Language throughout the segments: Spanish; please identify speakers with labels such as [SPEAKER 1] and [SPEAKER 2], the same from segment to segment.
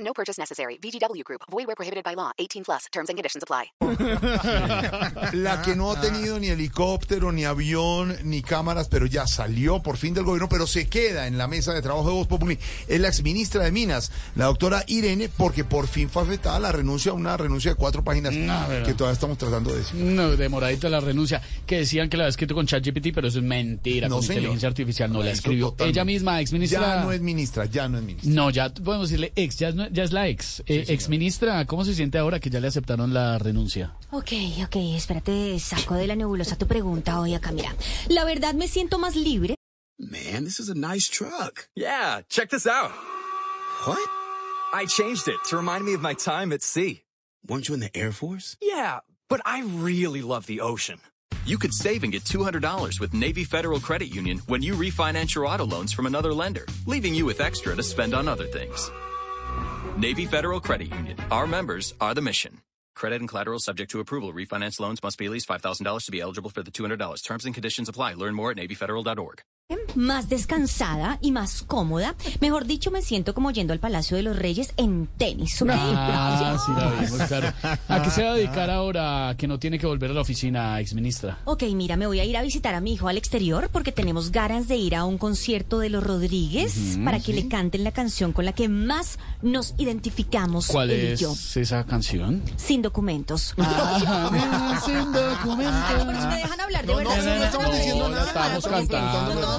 [SPEAKER 1] No purchase necessary. VGW Group. Void where prohibited by law. 18 plus. Terms and conditions apply.
[SPEAKER 2] La que no ha tenido ni helicóptero, ni avión, ni cámaras, pero ya salió por fin del gobierno, pero se queda en la mesa de trabajo de Voz Populi. Es la exministra de Minas, la doctora Irene, porque por fin fue afectada la renuncia, una renuncia de cuatro páginas
[SPEAKER 3] No, pero-
[SPEAKER 2] que todavía estamos tratando de decir.
[SPEAKER 3] No, demoradita la renuncia. Que decían que la había escrito con ChatGPT, pero eso es mentira.
[SPEAKER 2] No,
[SPEAKER 3] con
[SPEAKER 2] señor.
[SPEAKER 3] inteligencia artificial no la
[SPEAKER 2] Eso
[SPEAKER 3] escribió.
[SPEAKER 2] totalmente.
[SPEAKER 3] Ella misma, ex ministra.
[SPEAKER 2] Ya no es ministra, ya no es ministra.
[SPEAKER 3] No, ya podemos decirle ex, ya, es no- ya es la ex. Eh, ex ministra, ¿cómo se siente ahora que ya le aceptaron la renuncia?
[SPEAKER 4] Ok, ok, espérate, saco de la nebulosa tu pregunta hoy acá, mira. La verdad me siento más libre.
[SPEAKER 5] Man, this is a nice truck.
[SPEAKER 6] Yeah, check this out.
[SPEAKER 5] What?
[SPEAKER 6] I changed it to remind me of my time at sea.
[SPEAKER 5] Weren't you in the Air Force?
[SPEAKER 6] Yeah, but I really love the ocean.
[SPEAKER 7] You could save and get $200 with Navy Federal Credit Union when you refinance your auto loans from another lender, leaving you with extra to spend on other things. Navy Federal Credit Union. Our members are the mission. Credit and collateral subject to approval. Refinance loans must be at least $5,000 to be eligible for the $200. Terms and conditions apply. Learn more at NavyFederal.org.
[SPEAKER 4] Más descansada y más cómoda. Mejor dicho, me siento como yendo al Palacio de los Reyes en tenis. ¿ok?
[SPEAKER 3] Ah, sí, la vimos, claro. ¿A qué se va a dedicar ahora que no tiene que volver a la oficina, ex ministra?
[SPEAKER 4] Ok, mira, me voy a ir a visitar a mi hijo al exterior porque tenemos ganas de ir a un concierto de los Rodríguez para que le canten la canción con la que más nos identificamos
[SPEAKER 3] ¿Cuál
[SPEAKER 4] él y
[SPEAKER 3] es Ah,
[SPEAKER 4] yo.
[SPEAKER 3] esa canción?
[SPEAKER 4] Sin documentos.
[SPEAKER 3] sin
[SPEAKER 4] Ay, Ah, pero si me dejan hablar de
[SPEAKER 2] No, no,
[SPEAKER 4] verdad.
[SPEAKER 2] no, no estamos diciendo
[SPEAKER 3] no,
[SPEAKER 2] nada.
[SPEAKER 3] estamos
[SPEAKER 2] Estamos
[SPEAKER 3] cantando.
[SPEAKER 2] preguntando.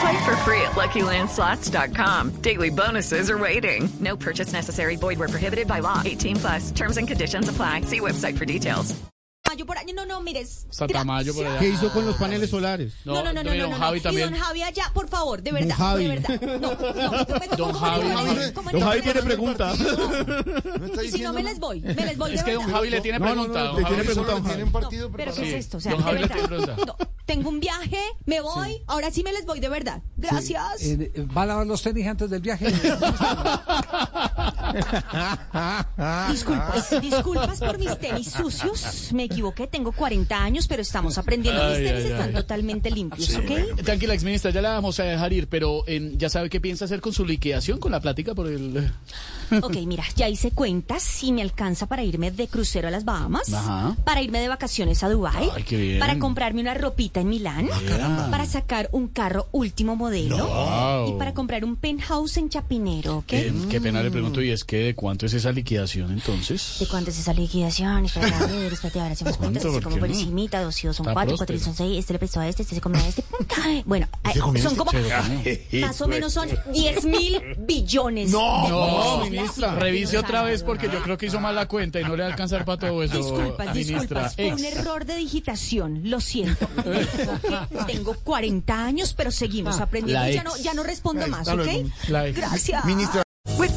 [SPEAKER 8] Play for free at LuckyLandSlots.com. Daily bonuses are waiting. No purchase necessary. Void were prohibited by law. 18 plus. Terms and conditions apply. See website for details.
[SPEAKER 4] Tamayo por allá. No, no, mire. es-
[SPEAKER 3] Satamayo por allá.
[SPEAKER 9] ¿Qué hizo con los paneles solares?
[SPEAKER 4] No, no, no, no,
[SPEAKER 3] y
[SPEAKER 4] no,
[SPEAKER 3] don
[SPEAKER 4] no,
[SPEAKER 3] Javi
[SPEAKER 4] Y
[SPEAKER 3] también.
[SPEAKER 4] don Javi allá, por favor, de verdad,
[SPEAKER 9] Javi.
[SPEAKER 4] de verdad. No, no,
[SPEAKER 3] Don Javi,
[SPEAKER 4] ¿cómo
[SPEAKER 9] Don
[SPEAKER 4] no?
[SPEAKER 9] Javi tiene preguntas.
[SPEAKER 2] No está
[SPEAKER 4] Y si no
[SPEAKER 2] diciendo
[SPEAKER 4] me
[SPEAKER 2] nada.
[SPEAKER 4] les voy, me les voy
[SPEAKER 3] Es
[SPEAKER 4] de
[SPEAKER 3] que don
[SPEAKER 4] verdad.
[SPEAKER 3] Javi le tiene
[SPEAKER 9] No, no, no,
[SPEAKER 3] pregunta. don
[SPEAKER 9] le
[SPEAKER 3] Javi
[SPEAKER 9] tiene
[SPEAKER 3] solo-
[SPEAKER 2] Solo
[SPEAKER 9] preguntado,
[SPEAKER 2] tienen partido
[SPEAKER 4] Pero
[SPEAKER 2] preparado.
[SPEAKER 4] qué
[SPEAKER 3] Sí.
[SPEAKER 4] es esto, o sea,
[SPEAKER 3] Don Javi
[SPEAKER 4] de
[SPEAKER 3] le tiene
[SPEAKER 4] verdad.
[SPEAKER 3] pregunta.
[SPEAKER 4] No, tengo un viaje, me voy, ahora sí me les voy de verdad. Gracias.
[SPEAKER 10] ¿Va a lavar los tenis antes del viaje?
[SPEAKER 4] Ah. Disculpas, disculpas por mis tenis sucios. Me equivoqué, tengo 40 años, pero estamos aprendiendo. Mis
[SPEAKER 3] Ay,
[SPEAKER 4] tenis
[SPEAKER 3] ay,
[SPEAKER 4] están
[SPEAKER 3] ay.
[SPEAKER 4] totalmente limpios, ¿ok?
[SPEAKER 3] Tranquila, exministra, ya la vamos a dejar ir, pero em, ya sabe qué piensa hacer con su liquidación, con la plática por el... eh,
[SPEAKER 4] Ok, mira, ya hice cuentas y me alcanza para irme de crucero a las Bahamas,
[SPEAKER 3] Ajá.
[SPEAKER 4] para irme de vacaciones a Dubái,
[SPEAKER 3] Ay, qué bien. Ah,
[SPEAKER 4] para comprarme una ropita en Milán, para sacar un carro último modelo
[SPEAKER 3] No.
[SPEAKER 4] y para comprar un penthouse en Chapinero, ¿ok?
[SPEAKER 3] Em, qué pena le pregunto, y es que ¿de cuánto es esa liquidación entonces?
[SPEAKER 4] ¿De cuánto es esa liquidación? Espérate, a ver, espérate, ahora hacemos
[SPEAKER 3] ¿Cuánto?
[SPEAKER 4] cuentas. Así
[SPEAKER 3] ¿Por
[SPEAKER 4] como
[SPEAKER 3] qué
[SPEAKER 4] por
[SPEAKER 3] no?
[SPEAKER 4] encimita, dos y dos son
[SPEAKER 3] Está
[SPEAKER 4] cuatro, cuatro y dos son seis, este le prestó a este, este se comió a este. punca. Bueno, ay,
[SPEAKER 3] este
[SPEAKER 4] son como... Más o menos son 10 mil billones. de
[SPEAKER 3] No,
[SPEAKER 4] pesos.
[SPEAKER 3] ministra.
[SPEAKER 4] Las-
[SPEAKER 3] Revise otra vez porque yo
[SPEAKER 4] Ah.
[SPEAKER 3] creo que hizo mal la cuenta y no le va a alcanzar para todo eso.
[SPEAKER 4] Disculpas,
[SPEAKER 3] ministra.
[SPEAKER 4] disculpas. Fue un
[SPEAKER 3] Ex.
[SPEAKER 4] error de digitación, lo siento. Tengo 40 años, pero seguimos aprendiendo.
[SPEAKER 3] Ah, la
[SPEAKER 4] Ya
[SPEAKER 3] ex.
[SPEAKER 4] no, ya no respondo más,
[SPEAKER 2] Hasta
[SPEAKER 4] ¿ok?
[SPEAKER 2] luego.
[SPEAKER 3] La ex.
[SPEAKER 4] Gracias.
[SPEAKER 2] Ministra,
[SPEAKER 8] With